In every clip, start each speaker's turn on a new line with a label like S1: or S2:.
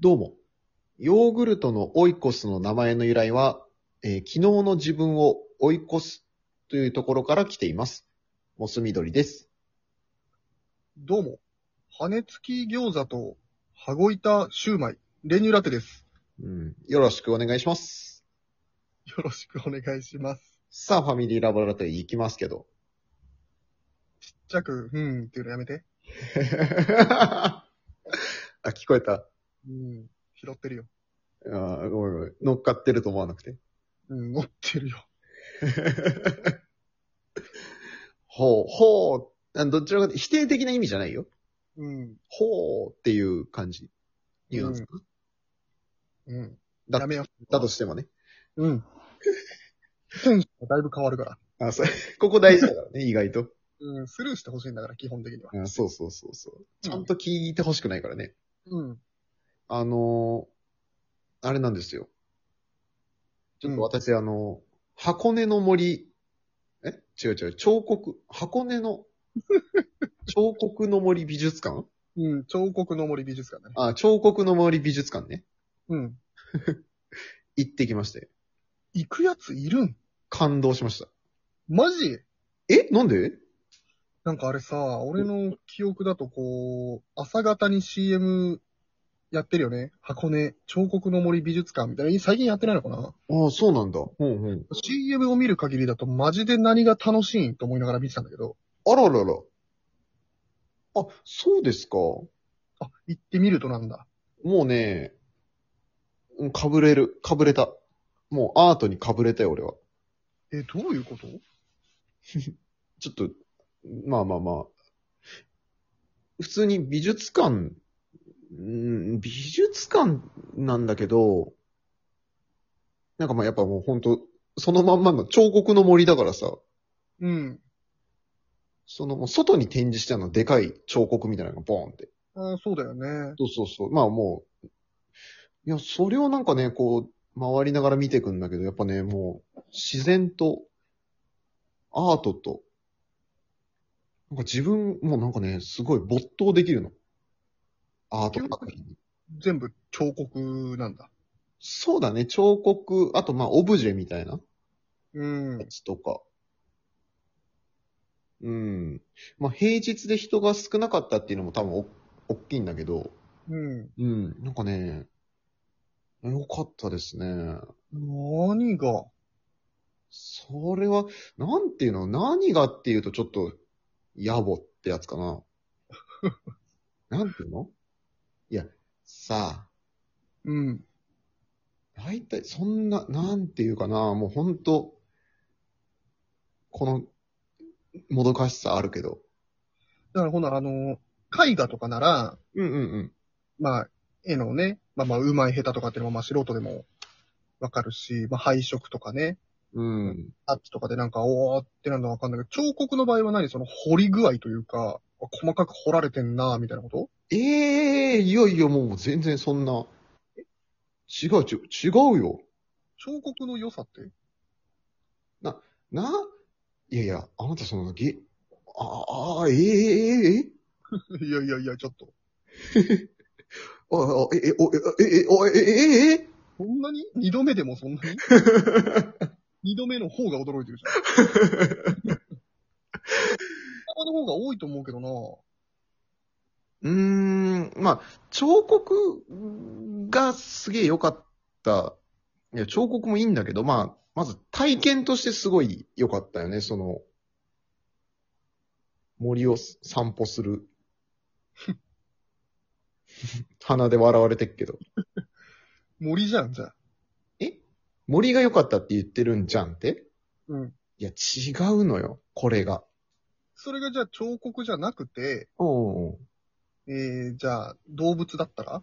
S1: どうも。ヨーグルトのオイコスの名前の由来は、えー昨日の自分を追い越すというところから来ています。モス緑です。
S2: どうも、羽付き餃子と、羽子板シューマイ、練乳ラテです。
S1: うん、よろしくお願いします。
S2: よろしくお願いします。
S1: さあ、ファミリーラボラトリー行きますけど。
S2: ちゃく、うんっていうのやめて。
S1: あ、聞こえた。
S2: うん、拾ってるよ。
S1: あーごめんごめん。乗っかってると思わなくて。
S2: うん、持ってるよ。
S1: ほう、ほうあ、どちらかというと否定的な意味じゃないよ。
S2: うん、
S1: ほうっていう感じ。ニュアンスかな
S2: うん。
S1: だ
S2: やめよ
S1: だとしてもね。
S2: う。 うん。テンションがだいぶ変わるから。
S1: あ、それ、 ここ大事だから ね、意外と。
S2: うん、スルーしてほしいんだから、基本的には。
S1: あそうそうそうそう。ちゃんと聞いてほしくないからね。
S2: うん。
S1: あのーあれなんですよ。ちょっと私、あのー箱根の森、え違う違う、彫刻、箱根 の、彫刻の森美術館
S2: うん、彫刻の森美術館だね。
S1: あ、彫刻の森美術館ね。
S2: うん。
S1: 行ってきまして。
S2: 行くやついるん
S1: 感動しました。
S2: マジ
S1: えなんで
S2: なんかあれさ、俺の記憶だとこう、朝方に CM やってるよね。箱根、彫刻の森美術館みたいな。最近やってないのかな
S1: ああ、そうなんだ。うんうん。
S2: ?CM を見る限りだとマジで何が楽しいんと思いながら見てたんだけど。
S1: あららら。あ、そうですか。
S2: あ、行ってみるとなんだ。
S1: もうね、うんかぶれる、かぶれた。もうアートにかぶれたよ、俺は。
S2: え、どういうこと
S1: ちょっと、まあまあまあ。普通に美術館、うん美術館なんだけど、なんかまあやっぱもうほんと、そのまんまの彫刻の森だからさ、
S2: うん。
S1: そのもう外に展示してあるのでかい彫刻みたいなのがボーンって。
S2: あそうだよね。
S1: そうそうそう。まあもう、いや、それをなんかね、こう、回りながら見ていくんだけど、やっぱね、もう、自然と、アートと、なんか自分、もうなんかね、すごい没頭できるの。アートとかに。
S2: 全部彫刻なんだ。
S1: そうだね、彫刻、あとまあ、オブジェみたいな
S2: うん
S1: や。つとか。うん。まあ、平日で人が少なかったっていうのも多分お、大きいんだけど、
S2: うん。
S1: うん、なんかね、よかったですね。
S2: 何が
S1: それは、なんていうの、何がっていうとちょっと、野暮ってやつか な。なんていうのいや、さ
S2: うん。
S1: あ、大体そんな、なんていうかな、もうほんと、この、もどかしさあるけど。
S2: だからほな、あの、絵画とかなら、
S1: うんうんうん。
S2: まあ、絵のね、まあまあ、うまい下手とかっていうのは、まあ素人でもわかるし、まあ配色とかね、
S1: うん。
S2: タッチとかでなんか、おーってなんだわかんないけど、彫刻の場合は何その彫り具合というか、あ細かく彫られてんなーみたいなこと
S1: ええいやいや、もう全然そんな、違う、違う、違うよ。
S2: 彫刻の良さって
S1: な、いやいや、あなたその、げ、ああ、ええええええ
S2: いやいやいや、ちょっと。
S1: ああ、え、え、お、え、え、え、お、え、え、え、え
S2: そんなに二度目でもそんなに二度目の方が驚いてるじゃん。 他の方が多いと思うけどな
S1: うーん、まあ、彫刻がすげえ良かった。いや、彫刻もいいんだけど、まあ、まず体験としてすごい良かったよね、その、森を散歩する。 鼻で笑われてっけど。
S2: 森じゃん、じゃあ。
S1: 森が良かったって言ってるんじゃんって
S2: うん。
S1: いや、違うのよ、これが。
S2: それがじゃあ彫刻じゃなくて、
S1: うん。
S2: えー、じゃあ動物だったら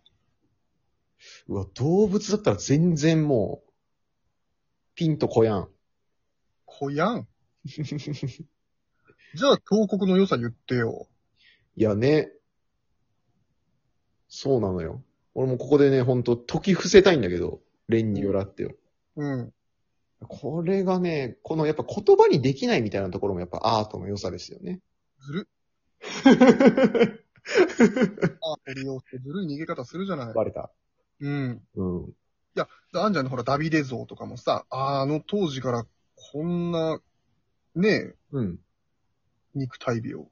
S1: うわ、動物だったら全然もう、ピンとこやん。
S2: こやん。じゃあ、彫刻の良さ言ってよ。
S1: いやね。そうなのよ。俺もここでね、ほんと、解き伏せたいんだけど、練によらってよ。
S2: うん。
S1: これがね、このやっぱ言葉にできないみたいなところもやっぱアートの良さですよね。
S2: ずる。あ、利用してずるい逃げ方するじゃない。
S1: バレた。
S2: うん。
S1: うん。
S2: あんじゃんのほら、ダビデ像とかもさ、あーあの当時からこんな、ねえ、
S1: うん。
S2: 肉体美を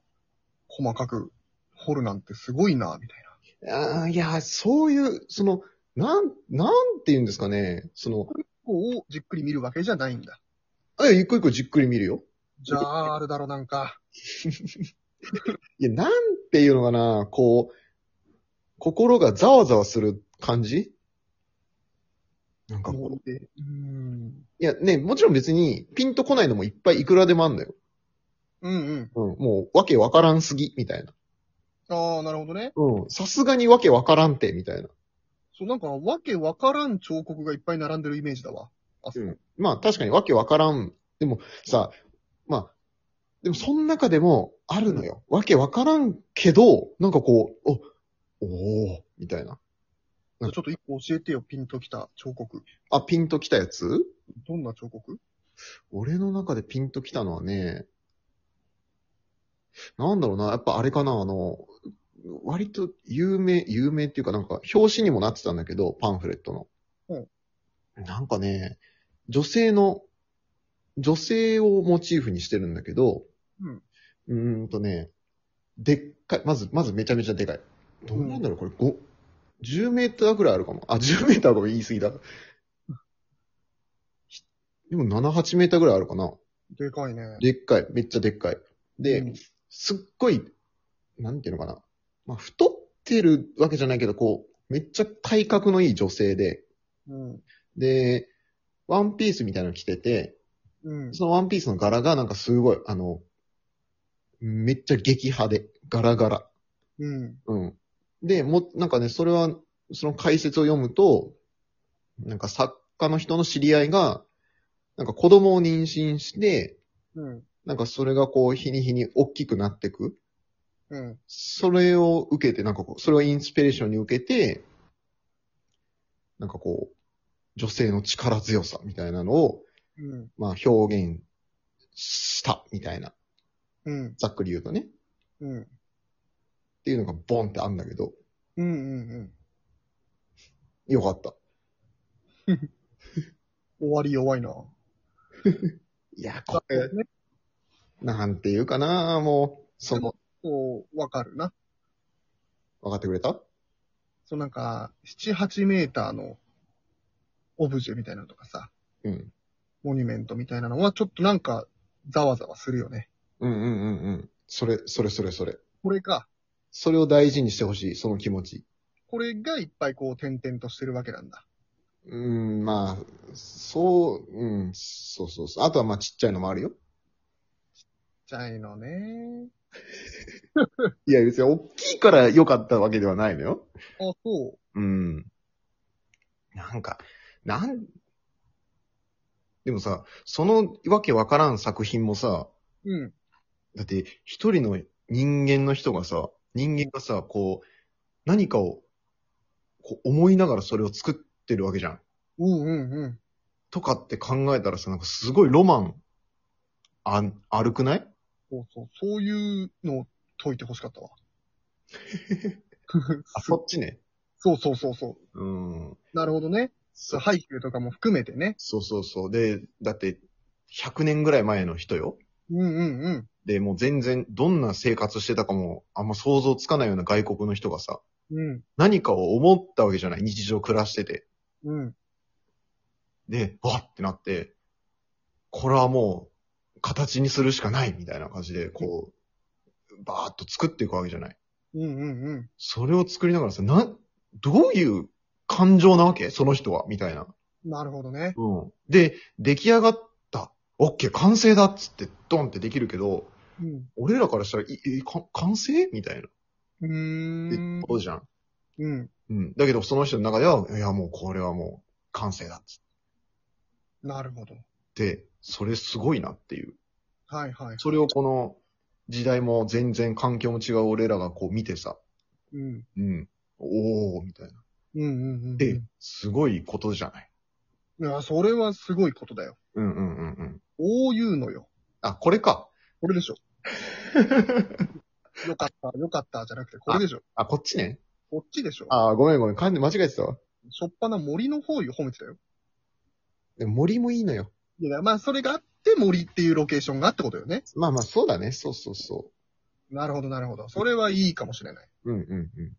S2: 細かく彫るなんてすごいな、みたいな。
S1: あーいや、そういう、その、なん、なんて言うんですかね。その、
S2: こう、じっくり見るわけじゃないんだ。
S1: あいや一個一個じっくり見るよ。
S2: じゃあ、あるだろ、なんか。
S1: いや、なんていうのかな、こう、心がざわざわする感じなんかこう。
S2: もうでうん。
S1: いや、ね、もちろん別に、ピンとこないのもいっぱいいくらでもあんだよ。
S2: うんうん。
S1: うん。もう、わけわからんすぎ、みたいな。
S2: ああ、なるほどね。
S1: うん。さすがにわけわからんて、みたいな。。
S2: そう、なんか、わけわからん彫刻がいっぱい並んでるイメージだわ。あ、そううん
S1: まあ、確かにわけわからん。でも、さ、まあ、でも、その中でも、あるのよ。わけわからんけど、なんかこう、お、おー、みたいな。
S2: じゃあちょっと一個教えてよ、ピンときた彫刻。
S1: あ、ピンときたやつ
S2: どんな彫刻
S1: 俺の中でピンときたのはね、なんだろうな、やっぱあれかな、あの、割と有名、有名っていうかなんか、表紙にもなってたんだけど、パンフレットの。
S2: うん
S1: なんかね、女性の、女性をモチーフにしてるんだけど、
S2: うん
S1: うーんとね、でっかい、まず、まずめちゃめちゃでかい。どうなんだろう、これ5、10メーターぐらいあるかも。あ、10メーターごめん、言い過ぎだ。でも7、8メーターぐらいあるかな。
S2: でかいね。
S1: でっかい、めっちゃでっかい。で、
S2: うん
S1: すっごい、なんていうのかな。まあ、太ってるわけじゃないけど、こう、めっちゃ体格のいい女性で、
S2: うん。
S1: で、ワンピースみたいなの着てて、
S2: うん。
S1: そのワンピースの柄がなんかすごい、あの、めっちゃ激派で、ガラガラ。
S2: うん。
S1: うん。で、も、なんかね、それは、その解説を読むと、なんか作家の人の知り合いが、なんか子供を妊娠して、
S2: うん。
S1: なんかそれがこう、日に日に大きくなってく。
S2: うん。
S1: それを受けて、なんかこう、それをインスピレーションに受けて、なんかこう、女性の力強さみたいなのを、
S2: うん。
S1: まあ表現した、みたいな。
S2: うん。
S1: ざっくり言うとね。っ
S2: うん。
S1: ていうのがボンってあんだけど、
S2: うん。うん。
S1: よかった。
S2: 終わり弱いな。
S1: いや、こ
S2: だ
S1: れ、
S2: ね。
S1: なんていうかなもう、その、
S2: こう、わかるな。
S1: 分かってくれた
S2: そうなんか、7、8メーターのオブジェみたいなのとかさ、
S1: うん。
S2: モニュメントみたいなのはちょっとなんか、ざわざわするよね。
S1: うんうんうんうん。それ、それそれそれ。
S2: これか。
S1: それを大事にしてほしい、その気持ち。
S2: これがいっぱいこう、点々としてるわけなんだ。
S1: うーん、まあ、そう、うん、そうそうそう。あとはまあちっちゃいのもあるよ。
S2: ちっちゃいのね。
S1: いや、別に大きいから良かったわけではないのよ。
S2: あ、そう。
S1: うん。なんか、なん、でもさ、そのわけわからん作品もさ、
S2: うん。
S1: だって一人の人間の人がさ、人間がさ、こう、何かを、こう思いながらそれを作ってるわけじゃん。
S2: うんうんうん。
S1: とかって考えたらさ、なんかすごいロマン、あ、あるくない
S2: そうそう。そういうのを解いてほしかったわ。
S1: あ、そっちね。
S2: そうそうそうそう。
S1: うん。
S2: なるほどね。
S1: そ
S2: 背景とかも含めてね。
S1: そうそうそう。で、だって、100年ぐらい前の人よ。
S2: うんうんうん。
S1: で、もう全然、どんな生活してたかも、あんま想像つかないような外国の人がさ、
S2: うん。
S1: 何かを思ったわけじゃない。日常暮らしてて。
S2: うん。
S1: で、わっってなって、これはもう、形にするしかないみたいな感じで、こう、バーっと作っていくわけじゃない。
S2: うんうんうん。
S1: それを作りながらさ、な、どういう感情なわけその人は、みたいな。
S2: なるほどね。
S1: うん。で、出来上がった。オッケー、完成だっつって、ドンってできるけど、
S2: うん。
S1: 俺らからしたら、い、え、か完成みたいな。
S2: うーん
S1: こ。とじゃん。
S2: うん。
S1: うん。だけど、その人の中では、いや、もうこれはもう、完成だっつっ
S2: なるほど。
S1: て、それすごいなっていう。
S2: はいはい。
S1: それをこの、時代も全然環境も違う俺らがこう見てさ、
S2: うん。
S1: うん。おー、みたいな。
S2: うんうんうん。
S1: で、すごいことじゃない。
S2: いや、それはすごいことだよ。
S1: うんうんうんうん。
S2: こういうのよ。
S1: あ、これか。
S2: これで しょ。よかった、よかった、じゃなくて、これでしょ。
S1: あ、こっちね。
S2: こっちでしょ。
S1: あー、ごめんごめん。かんで間違えてたわ。
S2: しょっぱな森の方を褒めてたよ。
S1: で森もいいのよ。
S2: いや、まあ、それがあって森っていうロケーションがってことよね。
S1: まあまあ、そうだね。そうそうそ
S2: なるほど、なるほど。それはいいかもしれない。
S1: う。うんうんうん。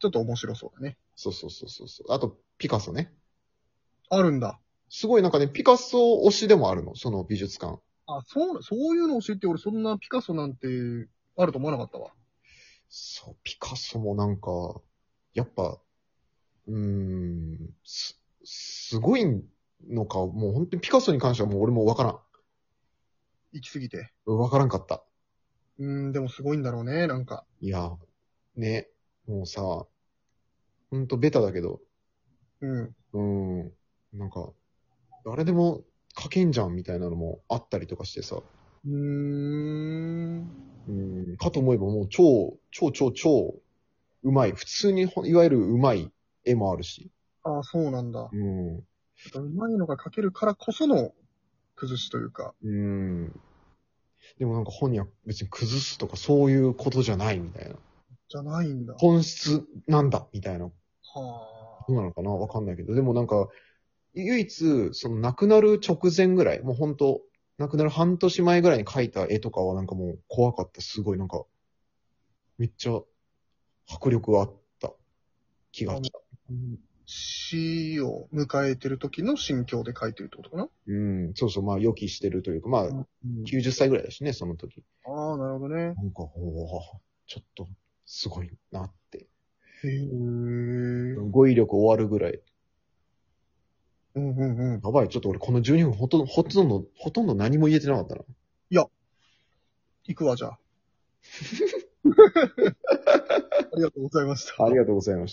S2: ちょっと面白そうだね。
S1: そうそうそうそうそう。あと、ピカソね。
S2: あるんだ。
S1: すごいなんかね、ピカソ推しでもあるの、その美術館。
S2: あ、そうな、そういうの教えて、俺そんなピカソなんてあると思わなかったわ。
S1: そう、ピカソもなんか、やっぱ、うーん、す、すごいのか、もう本当にピカソに関してはもう俺もわからん
S2: 行き過ぎて。。
S1: うんわからんかった。
S2: うーん、でもすごいんだろうね、なんか。
S1: いや、ね、もうさ、ほんとベタだけど、
S2: うん。
S1: うーん、なんか、誰でも書けんじゃんみたいなのもあったりとかしてさ、
S2: うーん。
S1: うん、かと思えばもう超、超超超、うまい。普通にほん、いわゆるうまい絵もあるし。
S2: あ、そうなんだ。
S1: うん。
S2: うまいのが書けるからこその崩しというか。
S1: うん。でもなんか本には別に崩すとかそういうことじゃないみたいな。
S2: じゃないんだ。
S1: 本質なんだみたいな。
S2: はあ
S1: ど。うなのかなわかんないけど。でもなんか、唯一、その亡くなる直前ぐらい、もう本当亡くなる半年前ぐらいに描いた絵とかはなんかもう怖かった。すごいなんか、めっちゃ迫力があった気がした。
S2: 死を迎えてる時の心境で書いてるってことかな、
S1: うん、そうそう、まあ予期してるというか、まあ90歳ぐらいだしね、その時。
S2: ああ、なるほど
S1: な
S2: ね。
S1: んか、おーちょっと、すごいなって。
S2: へえ。うん
S1: 語彙力終わるぐらい。
S2: うんうん。
S1: やばい、ちょっと俺この12分ほとんど、ほとんど、ほとんど何も言えてなかったな。
S2: 行くわ、じゃあ。ありがとうございました。
S1: がとうございました。